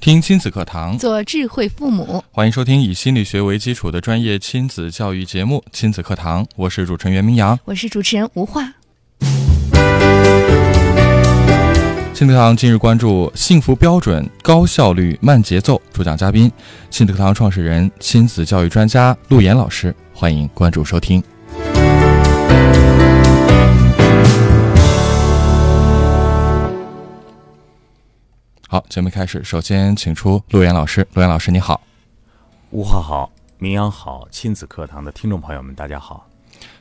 听亲子课堂，做智慧父母。欢迎收听以心理学为基础的专业亲子教育节目《亲子课堂》，我是主持人袁明阳。我是主持人吴化。亲子课堂近日关注幸福标准、高效率、慢节奏，主讲嘉宾亲子课堂创始人、亲子教育专家陆岩老师，欢迎关注收听。好，节目开始，首先请出陆岩老师。陆岩老师，你好。吴浩好，明阳好，亲子课堂的听众朋友们，大家好。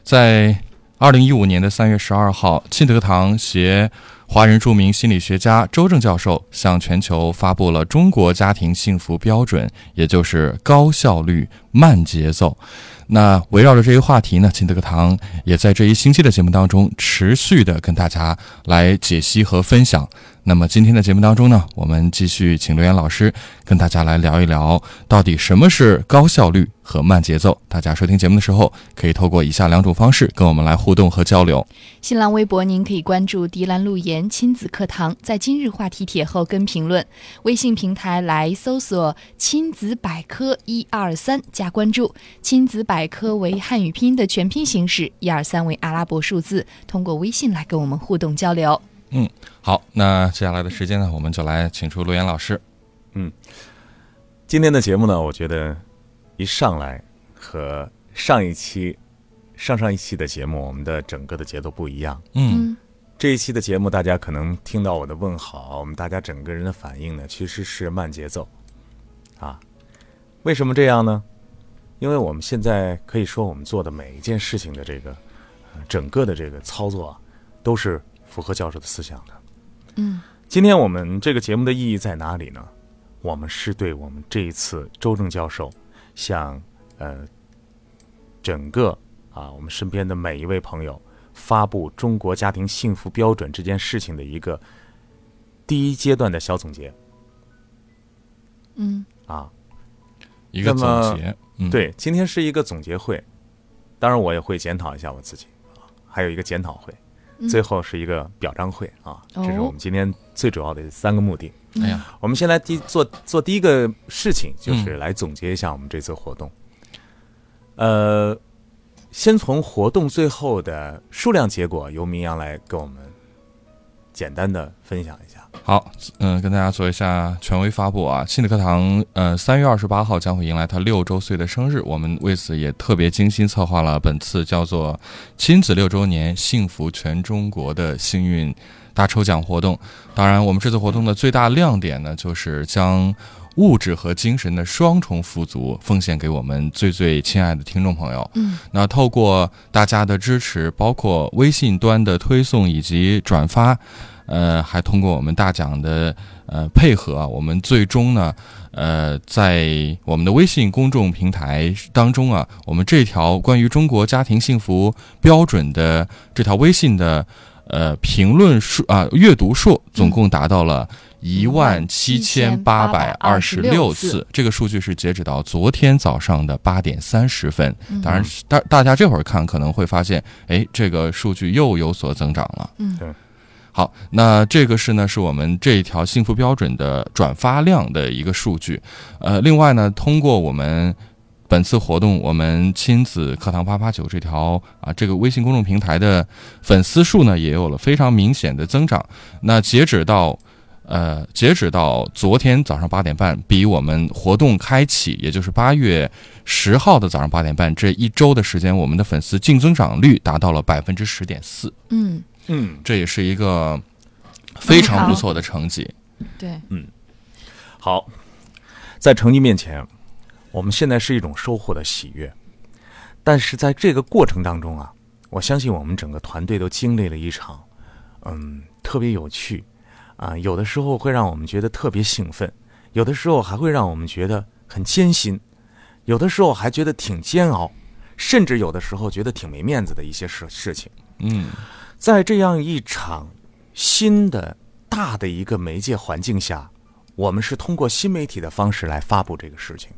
在二零一五年的三月十二号，亲德堂携华人著名心理学家周正教授向全球发布了《中国家庭幸福标准》，也就是高效率、慢节奏。那围绕着这一话题呢，亲德堂也在这一星期的节目当中持续的跟大家来解析和分享。那么今天的节目当中呢，我们继续请刘岩老师跟大家来聊一聊，到底什么是高效率和慢节奏？大家收听节目的时候，可以透过以下两种方式跟我们来互动和交流。新浪微博您可以关注“迪兰路言亲子课堂”，在今日话题帖后跟评论。微信平台来搜索“亲子百科一二三”加关注。亲子百科为汉语拼音的全拼形式，一二三为阿拉伯数字。通过微信来跟我们互动交流。好，那接下来的时间呢，我们就来请出陆岩老师。今天的节目呢，我觉得一上来和上一期、上上一期的节目，我们的整个的节奏不一样。嗯，这一期的节目，大家可能听到我的问好，我们大家整个人的反应呢，其实是慢节奏啊。为什么这样呢？因为我们现在可以说，我们做的每一件事情的这个、呃整个的这个操作啊，都是符合教授的思想的。嗯，今天我们这个节目的意义在哪里呢？我们是对我们这一次周正教授向呃整个啊我们身边的每一位朋友发布中国家庭幸福标准这件事情的一个第一阶段的小总结嗯，啊。一个那么总结。嗯，，对，今天是一个总结会，当然我也会检讨一下我自己啊，还有一个检讨会，嗯最后是一个表彰会啊，这是哦我们今天最主要的三个目的。哎呀，我们先来第做做第一个事情，就是嗯来总结一下我们这次活动。呃，先从活动最后的数量结果，由明阳来跟我们简单的分享一下。好，嗯、跟大家做一下权威发布啊。亲子课堂，呃，三月二十八号将会迎来他六周岁的生日，我们为此也特别精心策划了本次叫做“亲子六周年幸福全中国”的幸运大抽奖活动。当然，我们这次活动的最大亮点呢，就是将物质和精神的双重富足奉献给我们最最亲爱的听众朋友。嗯，那透过大家的支持，包括微信端的推送以及转发，呃，还通过我们大奖的呃配合啊，我们最终呢，呃，在我们的微信公众平台当中啊，我们这条关于中国家庭幸福标准的这条微信的呃评论数啊、阅读数，总共达到了。一万七千八百二十六17,826次，这个数据是截止到昨天早上的八点三十分。嗯当然，大大家这会儿看可能会发现，哎，这个数据又有所增长了。嗯对。好，那这个是呢，是我们这一条幸福标准的转发量的一个数据。呃，另外呢，通过我们本次活动，我们亲子课堂八八九这条啊这个微信公众平台的粉丝数呢，也有了非常明显的增长。那截止到呃，截止到昨天早上八点半，比我们活动开启，也就是八月十号的早上八点半这一周的时间，我们的粉丝净增长率达到了百分之十点四，嗯，嗯，这也是一个非常不错的成绩。对，好，在成绩面前，我们现在是一种收获的喜悦，但是在这个过程当中啊，我相信我们整个团队都经历了一场，嗯，特别有趣，啊，有的时候会让我们觉得特别兴奋，有的时候还会让我们觉得很艰辛，有的时候还觉得挺煎熬，甚至有的时候觉得挺没面子的一些事事情。嗯，在这样一场新的大的一个媒介环境下，我们是通过新媒体的方式来发布这个事情。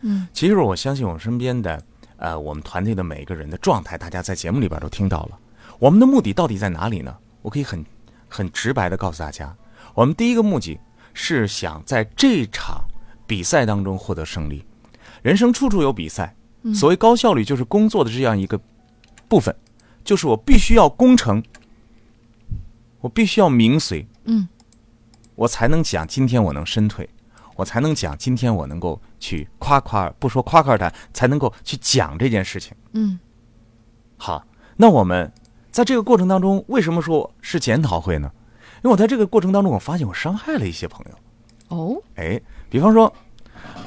嗯，其实我相信我身边的呃，我们团队的每一个人的状态，大家在节目里边都听到了。我们的目的到底在哪里呢？我可以很很直白的告诉大家，我们第一个目的是想在这场比赛当中获得胜利。人生处处有比赛，所谓高效率就是工作的这样一个部分，就是我必须要攻城，我必须要名随，嗯，我才能讲今天我能身退，我才能讲今天我能够去夸夸，不说夸夸而谈，才能够去讲这件事情。嗯好，那我们在这个过程当中，为什么说是检讨会呢？因为我在这个过程当中，我发现我伤害了一些朋友。哦，哎，比方说，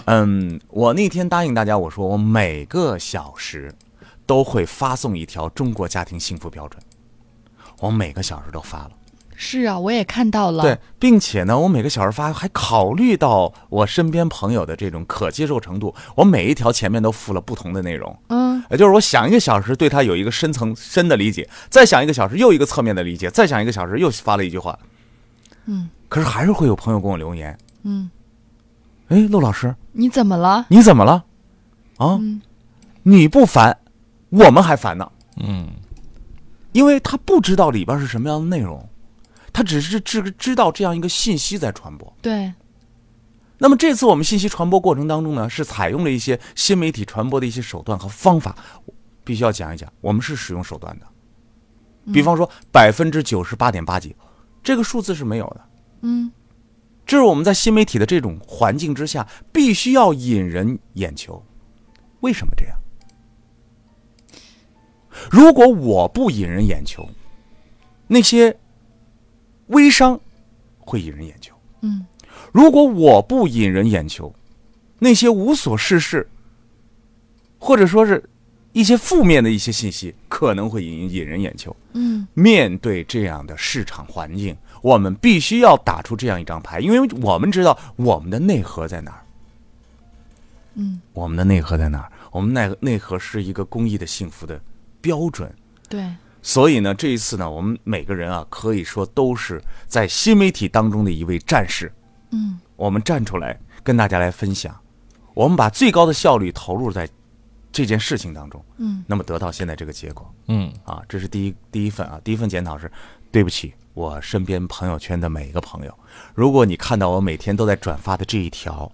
嗯，我那天答应大家，我说我每个小时都会发送一条中国家庭幸福标准，我每个小时都发了。是啊，我也看到了。对，，并且呢，我每个小时发还考虑到我身边朋友的这种可接受程度，我每一条前面都附了不同的内容，呃嗯也就是我想一个小时对他有一个深层深的理解，再想一个小时又一个侧面的理解，再想一个小时又发了一句话，嗯可是还是会有朋友跟我留言，嗯，哎，陆老师你怎么了？你怎么了？啊，嗯你不烦，我们还烦呢，嗯，因为他不知道里边是什么样的内容，他只是知知道这样一个信息在传播。对，那么这次我们信息传播过程当中呢，是采用了一些新媒体传播的一些手段和方法，我必须要讲一讲，我们是使用手段的。比方说百分之九十八点八几，这个数字是没有的。嗯这是我们在新媒体的这种环境之下，必须要引人眼球。为什么这样？如果我不引人眼球，那些微商会引人眼球。嗯，如果我不引人眼球，那些无所事事，或者说是一些负面的一些信息，可能会引引人眼球。嗯面对这样的市场环境，我们必须要打出这样一张牌，因为我们知道我们的内核在哪儿。嗯，我们的内核在哪儿？我们内内核是一个公益的幸福的标准。对，所以呢，这一次呢，我们每个人啊，可以说都是在新媒体当中的一位战士。嗯我们站出来跟大家来分享，我们把最高的效率投入在这件事情当中，嗯那么得到现在这个结果。嗯，啊，这是第一第一份啊，第一份检讨是，对不起，我身边朋友圈的每一个朋友，如果你看到我每天都在转发的这一条，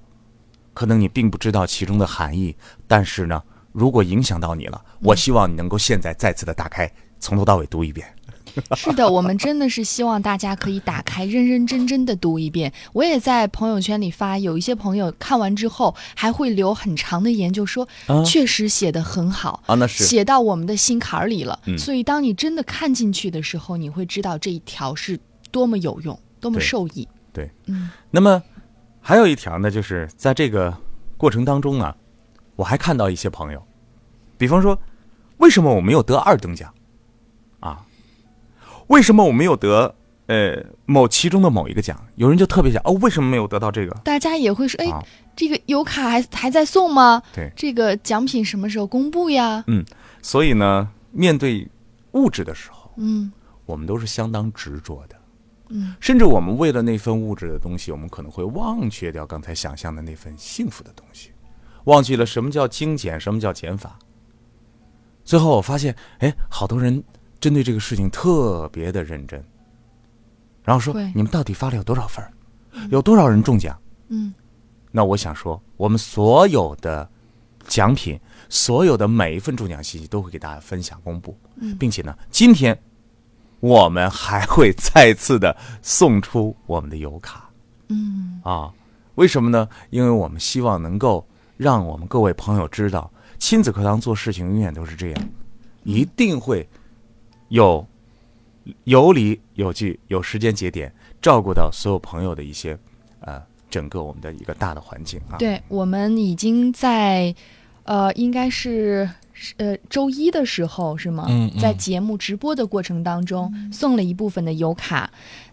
可能你并不知道其中的含义，但是呢，如果影响到你了，我希望你能够现在再次的打开，从头到尾读一遍。是的，我们真的是希望大家可以打开，认认真真的读一遍。我也在朋友圈里发，有一些朋友看完之后还会留很长的研究说，确实写得很好啊啊那是嗯写到我们的心坎儿里了。所以当你真的看进去的时候，你会知道这一条是多么有用，多么对受益。对，嗯那么还有一条呢，就是在这个过程当中呢，我还看到一些朋友，比方说，为什么我没有得二等奖啊？为什么我没有得呃某其中的某一个奖？有人就特别想哦，为什么没有得到这个？大家也会说，哎，啊这个油卡还还在送吗？对这个奖品什么时候公布呀？所以呢，面对物质的时候，嗯我们都是相当执着的。嗯，甚至我们为了那份物质的东西，我们可能会忘却掉刚才想象的那份幸福的东西，忘记了什么叫精简，什么叫减法。最后我发现，哎，好多人针对这个事情特别的认真，然后说对你们到底发了有多少份儿？有多少人中奖？嗯那我想说，我们所有的奖品，所有的每一份中奖信息都会给大家分享公布，嗯并且呢，今天我们还会再次的送出我们的油卡嗯，啊。为什么呢？因为我们希望能够让我们各位朋友知道，亲子课堂做事情永远都是这样，嗯一定会有有理有据，有时间节点，照顾到所有朋友的一些呃整个我们的一个大的环境啊。对，我们已经在，呃，应该是是呃周一的时候是吗？嗯嗯在节目直播的过程当中、送了一部分的油卡。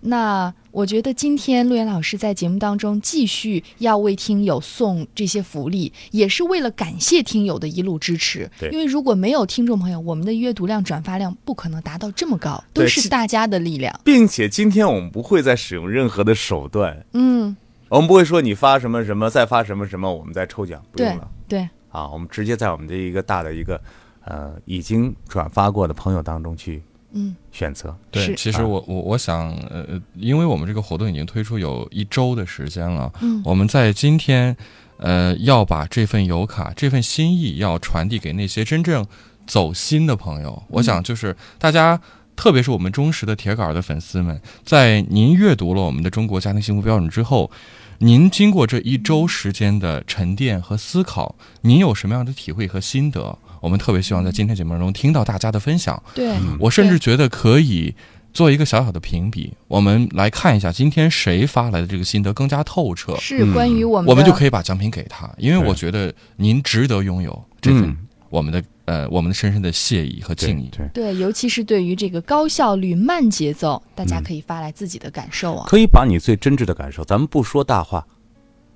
那我觉得今天陆岩老师在节目当中继续要为听友送这些福利，也是为了感谢听友的一路支持。对因为如果没有听众朋友，我们的阅读量、转发量不可能达到这么高，对都是大家的力量。并且今天我们不会再使用任何的手段，嗯，我们不会说你发什么什么，再发什么什么，我们再抽奖，不用对了对，啊，我们直接在我们的一个大的一个呃已经转发过的朋友当中去嗯选择。对，是其实啊我我我想，呃，因为我们这个活动已经推出有一周的时间了，嗯我们在今天，呃，要把这份油卡、这份心意要传递给那些真正走心的朋友。我想，就是大家，特别是我们忠实的铁杆儿的粉丝们，在您阅读了我们的《中国家庭幸福标准》之后，您经过这一周时间的沉淀和思考，您有什么样的体会和心得？我们特别希望在今天节目当中听到大家的分享。对。我甚至对觉得可以做一个小小的评比，我们来看一下今天谁发来的这个心得更加透彻，是关于我们的，我们就可以把奖品给他，因为对我觉得您值得拥有这份嗯我们的、呃我们的深深的谢意和敬意。对，对，尤其是对于这个高效率、慢节奏，大嗯家可以发来自己的感受啊。可以把你最真挚的感受，咱们不说大话，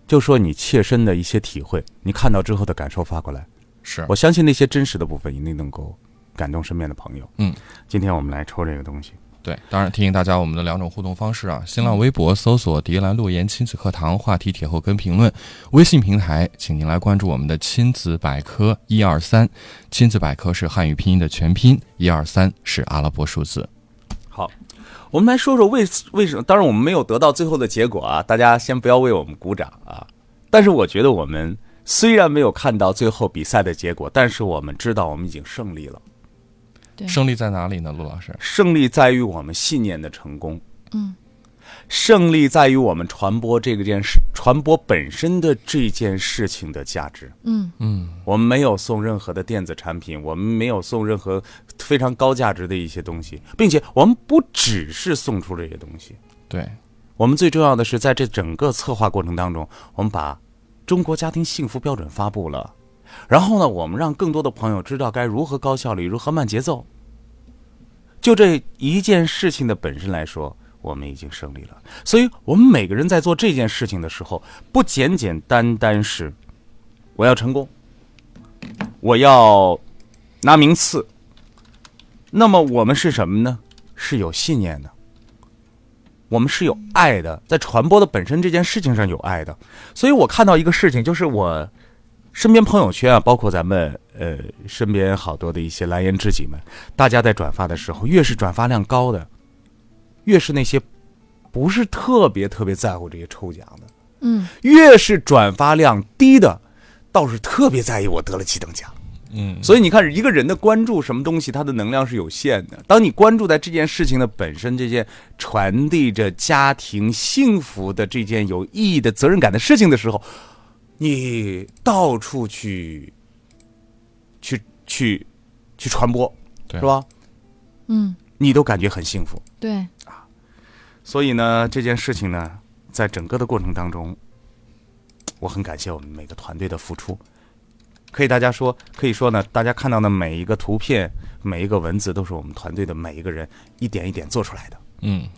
就说你切身的一些体会，你看到之后的感受发过来。是我相信那些真实的部分一定能够感动身边的朋友。嗯，今天我们来抽这个东西。对，当然提醒大家我们的两种互动方式啊，新浪微博搜索“迪兰路言亲子课堂”话题帖后跟评论，微信平台请您来关注我们的亲子百科一二三，亲子百科是汉语拼音的全拼，一二三是阿拉伯数字。好，我们来说说为为什么？当然，我们没有得到最后的结果啊，大家先不要为我们鼓掌啊。但是我觉得我们虽然没有看到最后比赛的结果，但是我们知道我们已经胜利了。对胜利在哪里呢，陆老师？胜利在于我们信念的成功，嗯，胜利在于我们传播这个件事，传播本身的这件事情的价值。嗯我们没有送任何的电子产品，我们没有送任何非常高价值的一些东西，并且我们不只是送出这些东西，对，我们最重要的是，在这整个策划过程当中，我们把中国家庭幸福标准发布了，然后呢，我们让更多的朋友知道该如何高效率，如何慢节奏。就这一件事情的本身来说，我们已经胜利了。所以，我们每个人在做这件事情的时候，不简简单单是我要成功，我要拿名次。那么，我们是什么呢？是有信念的。我们是有爱的，在传播的本身这件事情上有爱的。所以我看到一个事情，就是我身边朋友圈啊，包括咱们呃身边好多的一些蓝颜知己们，大家在转发的时候，越是转发量高的，越是那些不是特别特别在乎这些抽奖的，嗯，越是转发量低的，倒是特别在意我得了几等奖。嗯，所以你看，一个人的关注什么东西，它的能量是有限的。当你关注在这件事情的本身，这件传递着家庭幸福的这件有意义的责任感的事情的时候，你到处去，去去去传播，对是吧？嗯，你都感觉很幸福。对，所以呢，这件事情呢，在整个的过程当中，我很感谢我们每个团队的付出。可以大家说，可以说呢，大家看到的每一个图片、每一个文字，都是我们团队的每一个人一点一点做出来的。嗯，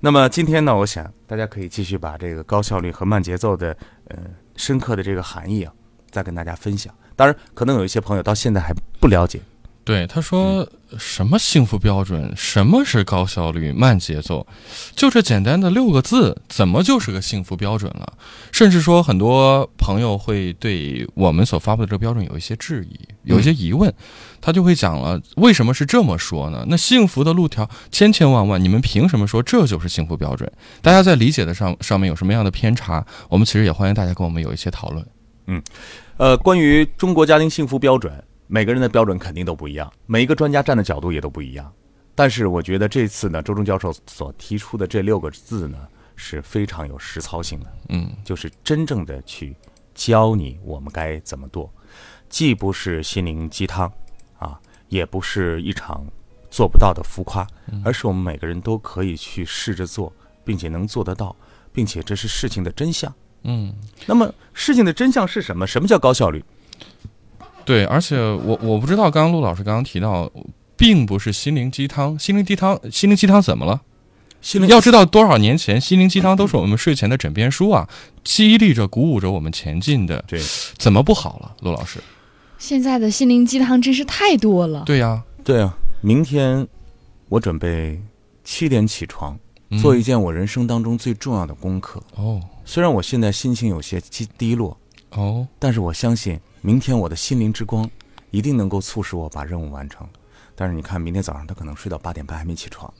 那么今天呢，我想大家可以继续把这个高效率和慢节奏的呃深刻的这个含义啊，再跟大家分享。当然，可能有一些朋友到现在还不了解，对，他说什么幸福标准，什么是高效率、慢节奏，就这简单的六个字，怎么就是个幸福标准了？甚至说，很多朋友会对我们所发布的这个标准有一些质疑，有一些疑问，他就会讲了，为什么是这么说呢？那幸福的路条千千万万，你们凭什么说这就是幸福标准？大家在理解的上上面有什么样的偏差？我们其实也欢迎大家跟我们有一些讨论。呃，关于中国家庭幸福标准，每个人的标准肯定都不一样，每一个专家站的角度也都不一样。但是我觉得这次呢，周中教授所提出的这六个字呢，是非常有实操性的，嗯，就是真正的去教你我们该怎么做，既不是心灵鸡汤啊，也不是一场做不到的浮夸，而是我们每个人都可以去试着做，并且能做得到，并且这是事情的真相。嗯，那么事情的真相是什么？什么叫高效率？对，而且我我不知道，刚刚陆老师刚刚提到，并不是心灵鸡汤，心灵鸡汤，心灵鸡汤怎么了？心灵要知道多少年前，心灵鸡汤都是我们睡前的枕边书啊，激励着、鼓舞着我们前进的。对，怎么不好了，陆老师？现在的心灵鸡汤真是太多了。对呀、对啊，明天我准备七点起床，嗯做一件我人生当中最重要的功课。哦虽然我现在心情有些低低落，哦，但是我相信明天我的心灵之光一定能够促使我把任务完成。但是你看，明天早上他可能睡到八点半还没起床，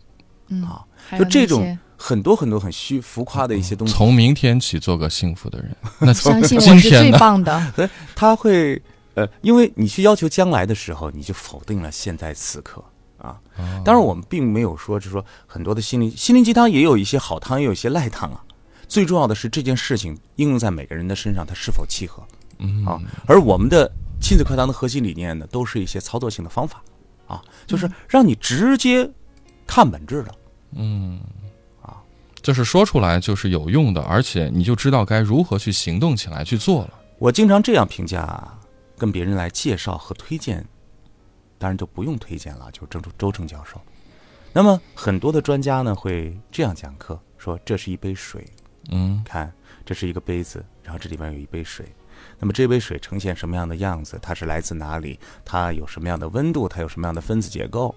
嗯，好还有就这那种 些很多很多很虚浮夸的一些东西，从明天起做个幸福的 人。那相今信我是天最呢？棒 的。他会呃，因为你去要求将来的时候，你就否定了现在此刻啊。当然，我们并没有说，就是说很多的心灵心灵鸡汤也有一些好汤，也有一些赖汤啊。最重要的是这件事情应用在每个人的身上，它是否契合嗯啊？而我们的亲子课堂的核心理念呢，都是一些操作性的方法啊，就是让你直接看本质了。就是说出来就是有用的，而且你就知道该如何去行动起来去做了。我经常这样评价，跟别人来介绍和推荐，当然就不用推荐了，就是周周正教授。那么很多的专家呢会这样讲课，说这是一杯水，嗯看这是一个杯子，然后这里面有一杯水。那么这杯水呈现什么样的样子？它是来自哪里？它有什么样的温度？它有什么样的分子结构？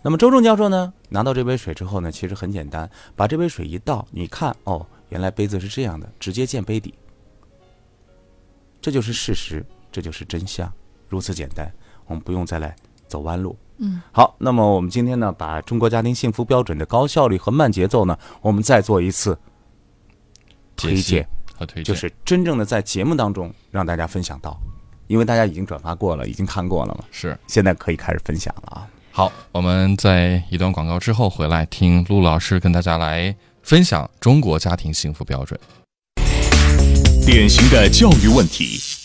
那么周正教授呢，拿到这杯水之后呢，其实很简单，把这杯水一倒，你看哦，原来杯子是这样的，直接见杯底。这就是事实，这就是真相，如此简单，我们不用再来走弯路。嗯，好，那么我们今天呢，把中国家庭幸福标准的高效率和慢节奏呢，我们再做一次推解析荐。和推荐就是真正的在节目当中让大家分享到，因为大家已经转发过了，已经看过了嘛，是现在可以开始分享了啊。好，我们在一段广告之后回来听陆老师跟大家来分享中国家庭幸福标准。典型的教育问题，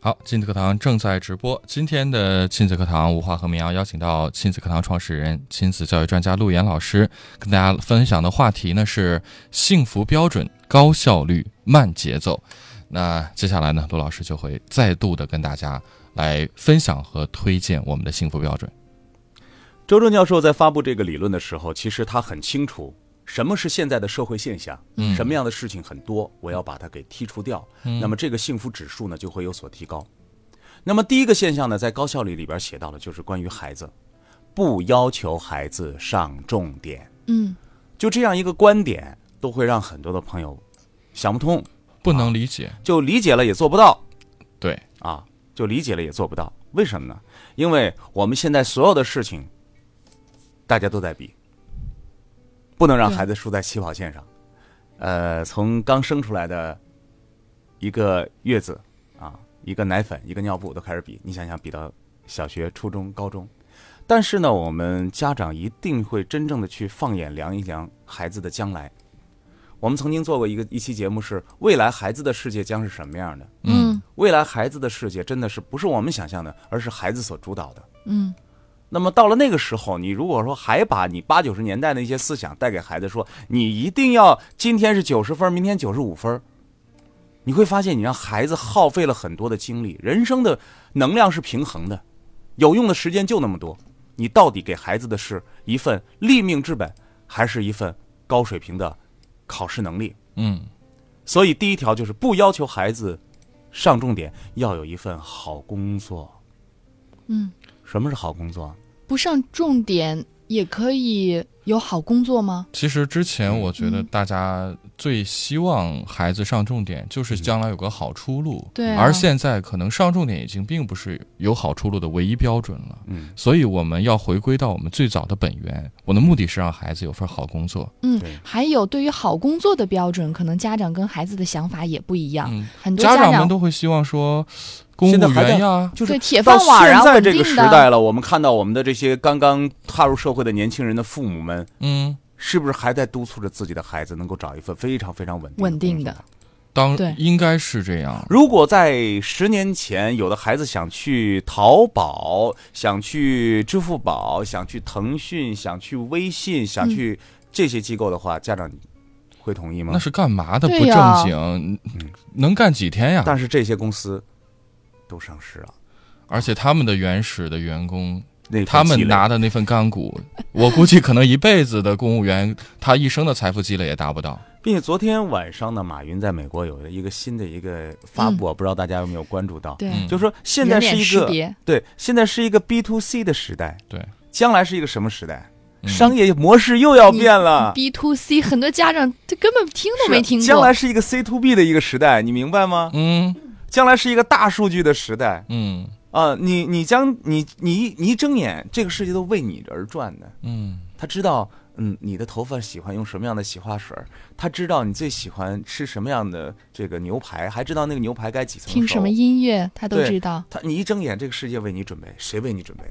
好，亲子课堂正在直播。今天的亲子课堂无话和民谣邀请到亲子课堂创始人、亲子教育专家陆岩老师，跟大家分享的话题呢是幸福标准、高效率、慢节奏。那接下来呢，陆老师就会再度的跟大家来分享和推荐我们的幸福标准。周正教授在发布这个理论的时候，其实他很清楚什么是现在的社会现象，嗯什么样的事情很多，我要把它给剔除掉，那么这个幸福指数呢就会有所提高。那么第一个现象呢，在高效率里边写到了，就是关于孩子，不要求孩子上重点，嗯，就这样一个观点，都会让很多的朋友想不通，不能理解，就理解了也做不到。对，啊，就理解了也做不到。为什么呢？因为我们现在所有的事情，大家都在比，不能让对孩子输在起跑线上。呃，从刚生出来的一个月子啊，一个奶粉，一个尿布都开始比，你想想，比到小学、初中、高中。但是呢，我们家长一定会真正的去放眼量一量孩子的将来。我们曾经做过一个一期节目，是未来孩子的世界将是什么样的？嗯未来孩子的世界真的是不是我们想象的，而是孩子所主导的。嗯，那么到了那个时候，你如果说还把你八九十年代的一些思想带给孩子说，你一定要今天是九十分，明天九十五分，你会发现你让孩子耗费了很多的精力。人生的能量是平衡的，有用的时间就那么多，你到底给孩子的是一份立命之本，还是一份高水平的考试能力？嗯，所以第一条就是不要求孩子上重点，要有一份好工作。嗯，什么是好工作？不上重点也可以有好工作吗？其实之嗯前我觉得大家最希望孩子上重点，就是嗯将来有个好出路。对啊而现在可能上重点已经并不是有好出路的唯一标准了。嗯，所以我们要回归到我们最早的本源。我的目的是让孩子有份好工作。嗯对，还有对于好工作的标准，可能家长跟孩子的想法也不一样。嗯，啊很多家长们都会希望说，公务现在还在员呀，就是对铁到饭碗现啊，在稳这定个的。时代了，我们看到我们的这些刚刚踏入社会的年轻人的父母们，嗯，是不是还在督促着自己的孩子能够找一份非常非常稳定稳定的工作当对应该是这样。如果在十年前，有的孩子想去淘宝、想去支付宝、想去腾讯、想去微信、想去这些机构的话，家长会同意吗？嗯那是干嘛的？对不正呀经，能干几天啊呀？但是这些公司都上市了，而且他们的原始的员工，那他份积们累拿的那份干股， 我估计可能一辈子的公务员，他一生的财富积累也达不到。并且昨天晚上呢，马云在美国有了一个新的一个发布，不知道大家有没有关注到？嗯对，嗯就是说现在是一人脸识个别对，现在是一个 B to C 的时代，对，将来是一个什么时代？嗯商业模式又要变了。 B to C，很多家长这根本听都没啊是听过。将来是一个 C to B 的一个时代，你明白吗？嗯将来是一个大数据的时代嗯啊、你你将你你一你一睁眼，这个世界都为你而转的。嗯，他知道，嗯，你的头发喜欢用什么样的洗发水儿，他知道你最喜欢吃什么样的这个牛排，还知道那个牛排该几层听什么熟音乐，他都对知道。他你一睁眼，这个世界为你准备，谁为你准备？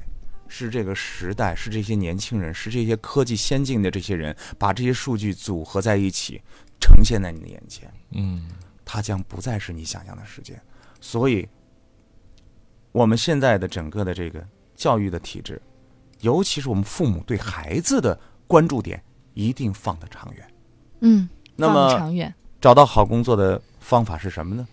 是这个时代，是这些年轻人，是这些科技先进的这些人，把这些数据组合在一起，呈现在你的眼前。嗯，它将不再是你想象的世界。所以，我们现在的整个的这个教育的体制，尤其是我们父母对孩子的关注点，一定放得长远。嗯，那放得么，长远，找到好工作的方法是什么呢？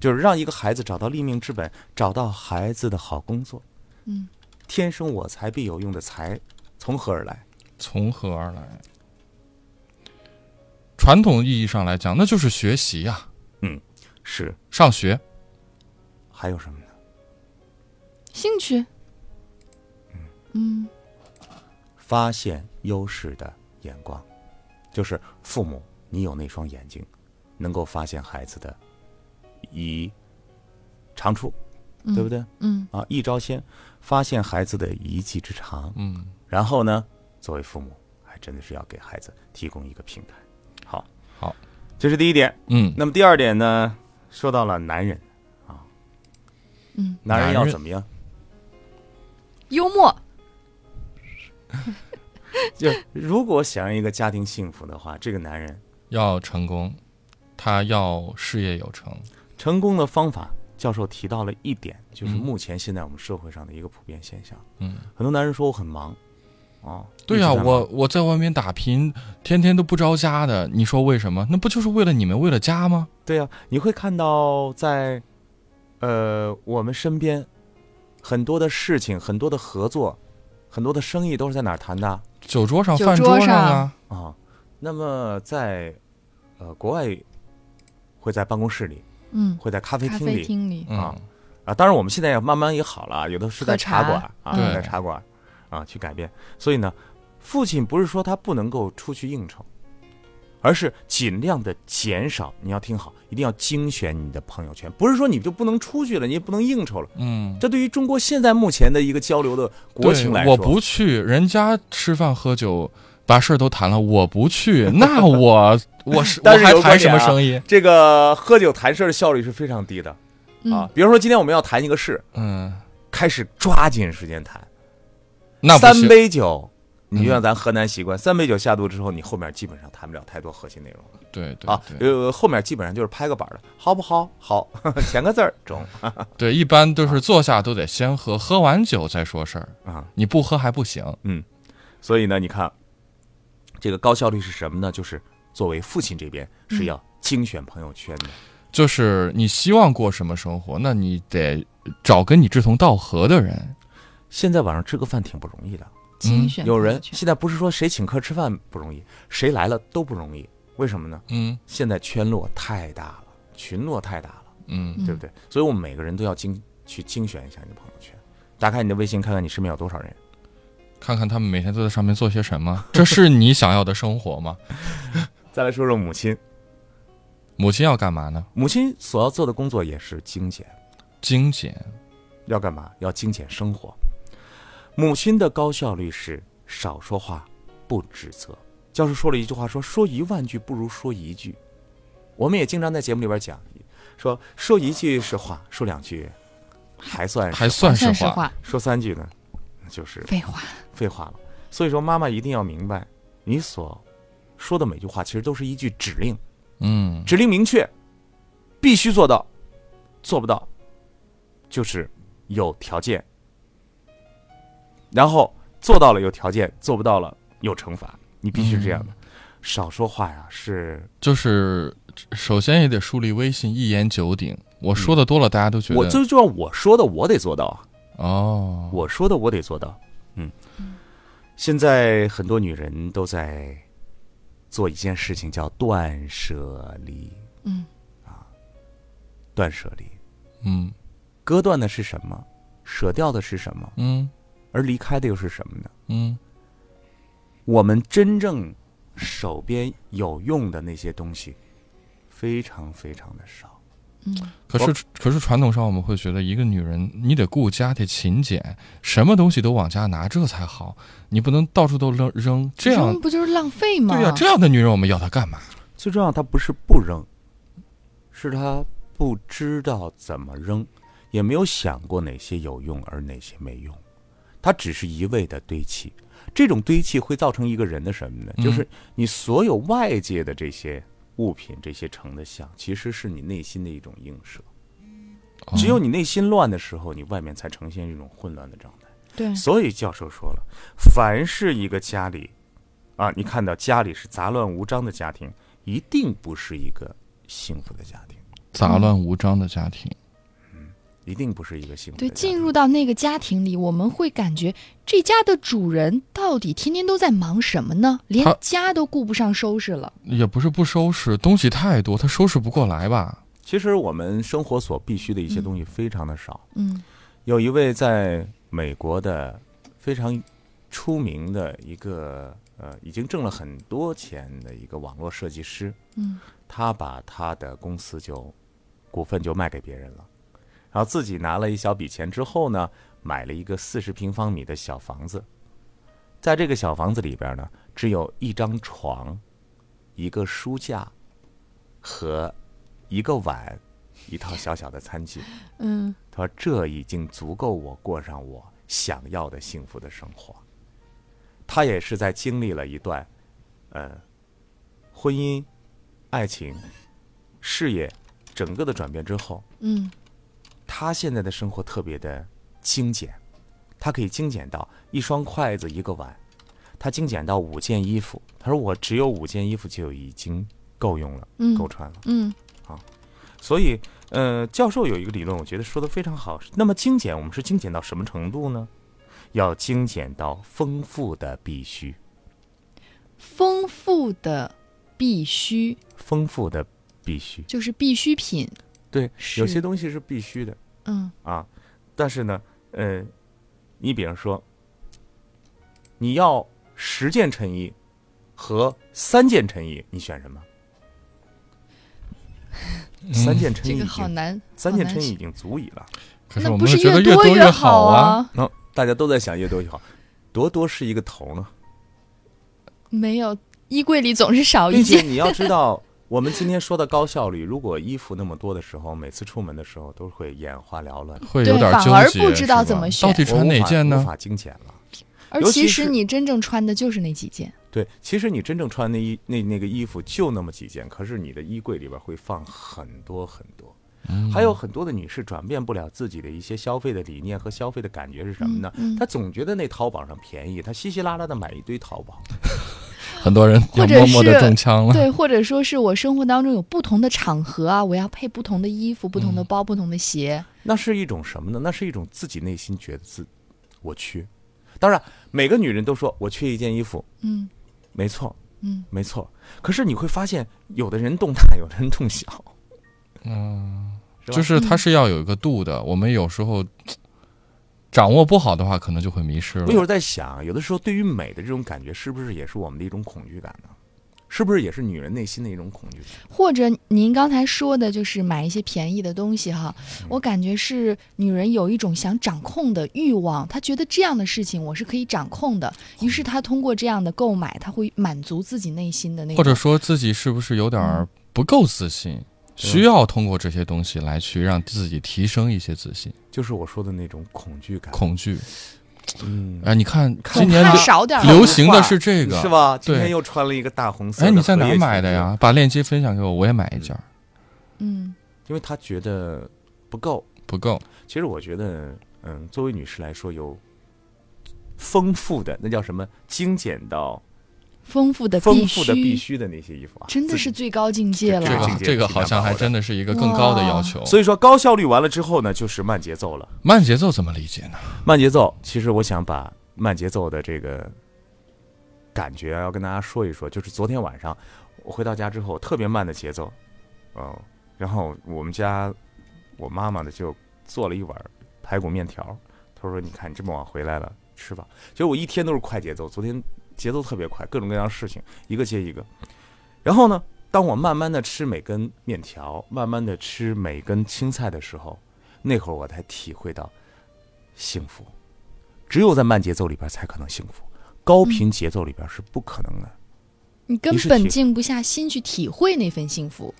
就是让一个孩子找到立命之本，找到孩子的好工作。嗯，天生我材必有用的才从何而来？从何而来？传统意义上来讲，那就是学习呀、是上学。还有什么呢？兴趣，嗯，发现优势的眼光，就是父母，你有那双眼睛，能够发现孩子的一长处，嗯对不？对？嗯，啊，一招鲜，发现孩子的一技之长。嗯，然后呢，作为父母，还真的是要给孩子提供一个平台。好，好，这是第一点。嗯，那么第二点呢，说到了男人啊，嗯，男人要男人怎么样？幽默，就如果想让一个家庭幸福的话，这个男人要成功，他要事业有成。成功的方法，教授提到了一点，就是嗯目前现在我们社会上的一个普遍现象。嗯，很多男人说我很忙，啊，对一呀、直在忙我我在外面打拼，天天都不着家的，你说为什么？那不就是为了你们，为了家吗？对呀、你会看到在，呃，我们身边很多的事情，很多的合作，很多的生意都是在哪儿谈的啊酒桌上、酒饭桌上上啊，啊？那么在，呃，国外会在办公室里，嗯，会在咖啡咖厅啡里厅里，嗯啊，啊，当然我们现在也慢慢也好了啊，有的是在喝茶茶嗯馆儿啊，对在茶馆儿啊去改变。所以呢，父亲不是说他不能够出去应酬，而是尽量的减少。你要听好，一定要精选你的朋友圈，不是说你就不能出去了，你也不能应酬了。嗯，这对于中国现在目前的一个交流的国情对来我说，不去，人家吃饭喝酒把事儿都谈了，我 不去，那我我是我但是还有个谈什么点啊生意？这个喝酒谈事儿的效率是非常低的啊嗯。比如说今天我们要谈一个事，嗯，开始抓紧时间谈，那不三行。杯酒，你嗯就像咱河南习惯，三杯酒下肚之后，你后面基本上谈不了太多核心内容了对对啊。对呃，后面基本上就是拍个板儿的，好不好？好， 填个字儿，中对，一般都是坐下都得先喝，喝完酒再说事儿，啊。你不喝还不行。所以呢，你看，这个高效率是什么呢？就是作为父亲这边嗯是要精选朋友圈的，就是你希望过什么生活，那你得找跟你志同道合的人。现在晚上吃个饭挺不容易的，精嗯选嗯有人朋友圈现在不是说谁请客吃饭不容易，谁来了都不容易，为什么呢？嗯现在圈落太大了，群落太大了。嗯嗯对不对？所以我们每个人都要精去精选一下你的朋友圈，打开你的微信，看看你身边有多少人。看看他们每天都在上面做些什 么，这是你想要的生活吗？再来说说母亲，母亲要干嘛呢？母亲所要做的工作也是精简，精简。要干嘛？要精简生活。母亲的高效率是少说话，不指责。教授说了一句话说，说一万句不如说一句。我们也经常在节目里边讲，说说一句是话，说两句还算是还算是算是话。话，说三句呢，那就是废话，废话了。所以说，妈妈一定要明白，你所说的每句话其实都是一句指令，嗯指令明确，必须做到，做不到就是有条件，然后做到了有条件，做不到了有惩罚，你必须是这样的。嗯少说话呀，是就是首先也得树立威信，一言九鼎。我说的多了，大家都觉得我最重要，我说的我得做到啊。哦，我说的我得做到。嗯，现在很多女人都在做一件事情，叫断舍离。嗯，啊，断舍离，嗯割断的是什么？舍掉的是什么？嗯而离开的又是什么呢？嗯我们真正手边有用的那些东西，非常非常的少。嗯可是，可是传统上我们会觉得，一个女人你得顾家，得勤俭，什么东西都往家拿，这才好。你不能到处都扔扔，这样扔不就是浪费吗？对呀、这样的女人我们要她干嘛？最重要，他不是不扔，是他不知道怎么扔，也没有想过哪些有用而哪些没用，他只是一味的堆砌。这种堆砌会造成一个人的什么呢？嗯就是你所有外界的这些物品、这些成的像，其实是你内心的一种映射。哦只有你内心乱的时候，你外面才呈现一种混乱的状态。对所以教授说了，凡是一个家里，啊，你看到家里是杂乱无章的家庭，一定不是一个幸福的家庭，杂乱无章的家庭，一定不是一个幸福的对，家庭。进入到那个家庭里，我们会感觉这家的主人到底天天都在忙什么呢？连他家都顾不上收拾了。也不是不收拾，东西太多，她收拾不过来吧？其实我们生活所必需的一些东西非常的少。嗯有一位在美国的非常出名的一个呃，已经挣了很多钱的一个网络设计师，嗯，他把他的公司就股份就卖给别人了，然后自己拿了一小笔钱之后呢，买了一个四十平方米的小房子，在这个小房子里边呢，只有一张床、一个书架和一个碗、一套小小的餐具。嗯，他说这已经足够我过上我想要的幸福的生活。他也是在经历了一段，呃，婚姻、爱情、事业整个的转变之后，嗯，他现在的生活特别的精简，他可以精简到一双筷子、一个碗，他精简到五件衣服。他说我只有五件衣服就已经够用了，嗯够穿了。嗯，所以，呃，教授有一个理论，我觉得说的非常好。那么精简，我们是精简到什么程度呢？要精简到丰富的必须，丰富的必须丰富的必须。就是必需品。对，是有些东西是必须的嗯啊，但是呢，呃，你比如说，你要十件衬衣和三件衬衣，你选什么？三件衬这衣个已好经，难，三好件难衬衣选已经足以了。可是那我不们会是觉得越多越好啊？那、大家都在想越多越好，多多是一个头呢。没有，衣柜里总是少哦一并且件。你要知道，我们今天说的高效率，如果衣服那么多的时候，每次出门的时候都会眼花缭乱，会啊对有点反纠结，而不知道是吧怎么选到底穿哪件我无呢法无？法精简了。而尤其其实是你真正穿的就是那 几件。对，其实你真正穿那衣那那个衣服就那么几件，可是你的衣柜里边会放很多很多。嗯还有很多的女士转变不了自己的一些消费的理念和消费的感觉是什么呢？嗯她总觉得那淘宝上便宜，她稀稀拉拉的买一堆淘宝。很多人或也者默默的是中枪了。对，或者说是我生活当中有不同的场合啊，我要配不同的衣服、不同嗯的包、不同的鞋。那是一种什么呢？那是一种自己内心觉得自我缺。当然，每个女人都说我缺一件衣服，嗯没错，嗯，没错。可是你会发现，有的人动大，有 的人动小。吧嗯就是嗯它是要有一个度的。我们有时候掌握不好的话，可能就会迷失了。我有时候在想，有的时候对于美的这种感觉，是不是也是我们的一种恐惧感呢？是不是也是女人内心的一种恐惧感？或者您刚才说的就是买一些便宜的东西哈，嗯我感觉是女人有一种想掌控的欲望，她觉得这样的事情我是可以掌控的，于是她通过这样的购买，她会满足自己内心的那或种者说自己是不是有点儿不够自信，嗯需要通过这些东西来去让自己提升一些自信、就是我说的那种恐惧感。恐惧。嗯，哎，你看总今年看流少点儿流行的是这个，是？吧？对哎今天又穿了一个大红色的。哎，你在哪儿买的？呀？把链接分享给我，我也买一件儿。嗯，因为他觉得不够。不够，其实我觉得，嗯，作为女士来说，有丰富的那叫什么精简到丰富的丰富的必须，须的那些衣服啊，真的自是最高境界这这个了。个境界这个挺好难像把握还的真的是一个更高的哇要求。所以说高效率完了之后呢，就是慢节奏了。慢节奏怎么理解呢？慢节奏，其实我想把慢节奏的这个感觉要跟大家说一说，就是昨天晚上我回到家之后，特别慢的节奏，嗯、然后我们家我妈妈呢就做了一碗排骨面条，她说：“你看你这么晚回来了，吃吧。”其实我一天都是快节奏，昨天节奏特别快，各种各样的事情一个接一个。然后呢，当我慢慢的吃每根面条，慢慢的吃每根青菜的时候，那会儿我才体会到幸福，只有在慢节奏里边才可能幸福，高频节奏里边是不可能的。你根你是本挺静不下心去体会那份幸福。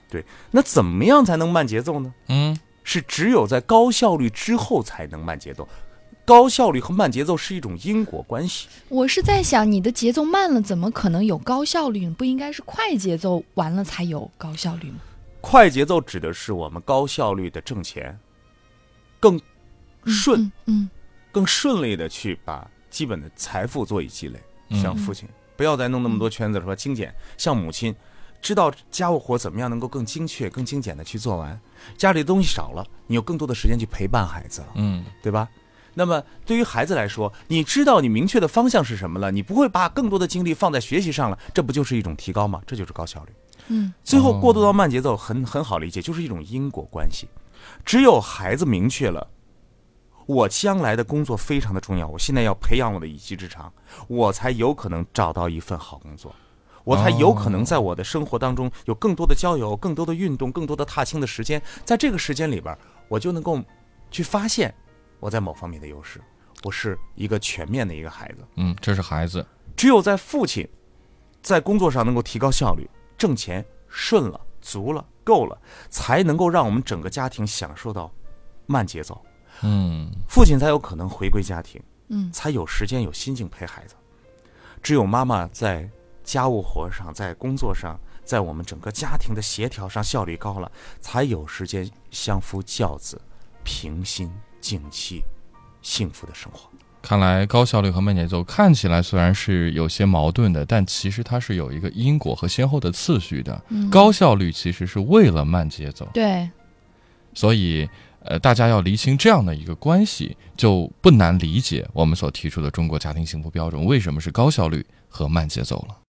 那怎么样才能慢节奏呢？嗯，是只有在高效率之后才能慢节奏。高效率和慢节奏是一种因果关系。我是在想，你的节奏慢了，怎么可能有高效率？不应该是快节奏完了才有高效率吗？快节奏指的是我们高效率的挣钱，更顺、嗯嗯，更顺利的去把基本的财富做以积累。嗯像父亲，不要再弄那么多圈子了，说精简；像母亲，知道家务活怎么样能够更精确、更精简的去做完。家里的东西少了，你有更多的时间去陪伴孩子。嗯，对吧？那么对于孩子来说，你知道你明确的方向是什么了，你不会把更多的精力放在学习上了，这不就是一种提高吗？这就是高效率。嗯，最后过渡到慢节奏很很好理解，就是一种因果关系。只有孩子明确了，我将来的工作非常的重要，我现在要培养我的一技之长，我才有可能找到一份好工作，我才有可能在我的生活当中有更多的交友、更多的运动、更多的踏青的时间，在这个时间里边儿，我就能够去发现我在某方面的优势。我是一个全面的一个孩子，嗯，这是孩子，只有在父亲在工作上能够提高效率，挣钱顺了、足了、够了，才能够让我们整个家庭享受到慢节奏。嗯，父亲才有可能回归家庭，嗯才有时间有心境陪孩子。只有妈妈在家务活上、在工作上、在我们整个家庭的协调上效率高了，才有时间相夫教子、平心静气、幸福的生活。看来高效率和慢节奏看起来虽然是有些矛盾的，但其实它是有一个因果和先后的次序的。嗯高效率其实是为了慢节奏，对，所以呃，大家要厘清这样的一个关系，就不难理解我们所提出的中国家庭幸福标准为什么是高效率和慢节奏了。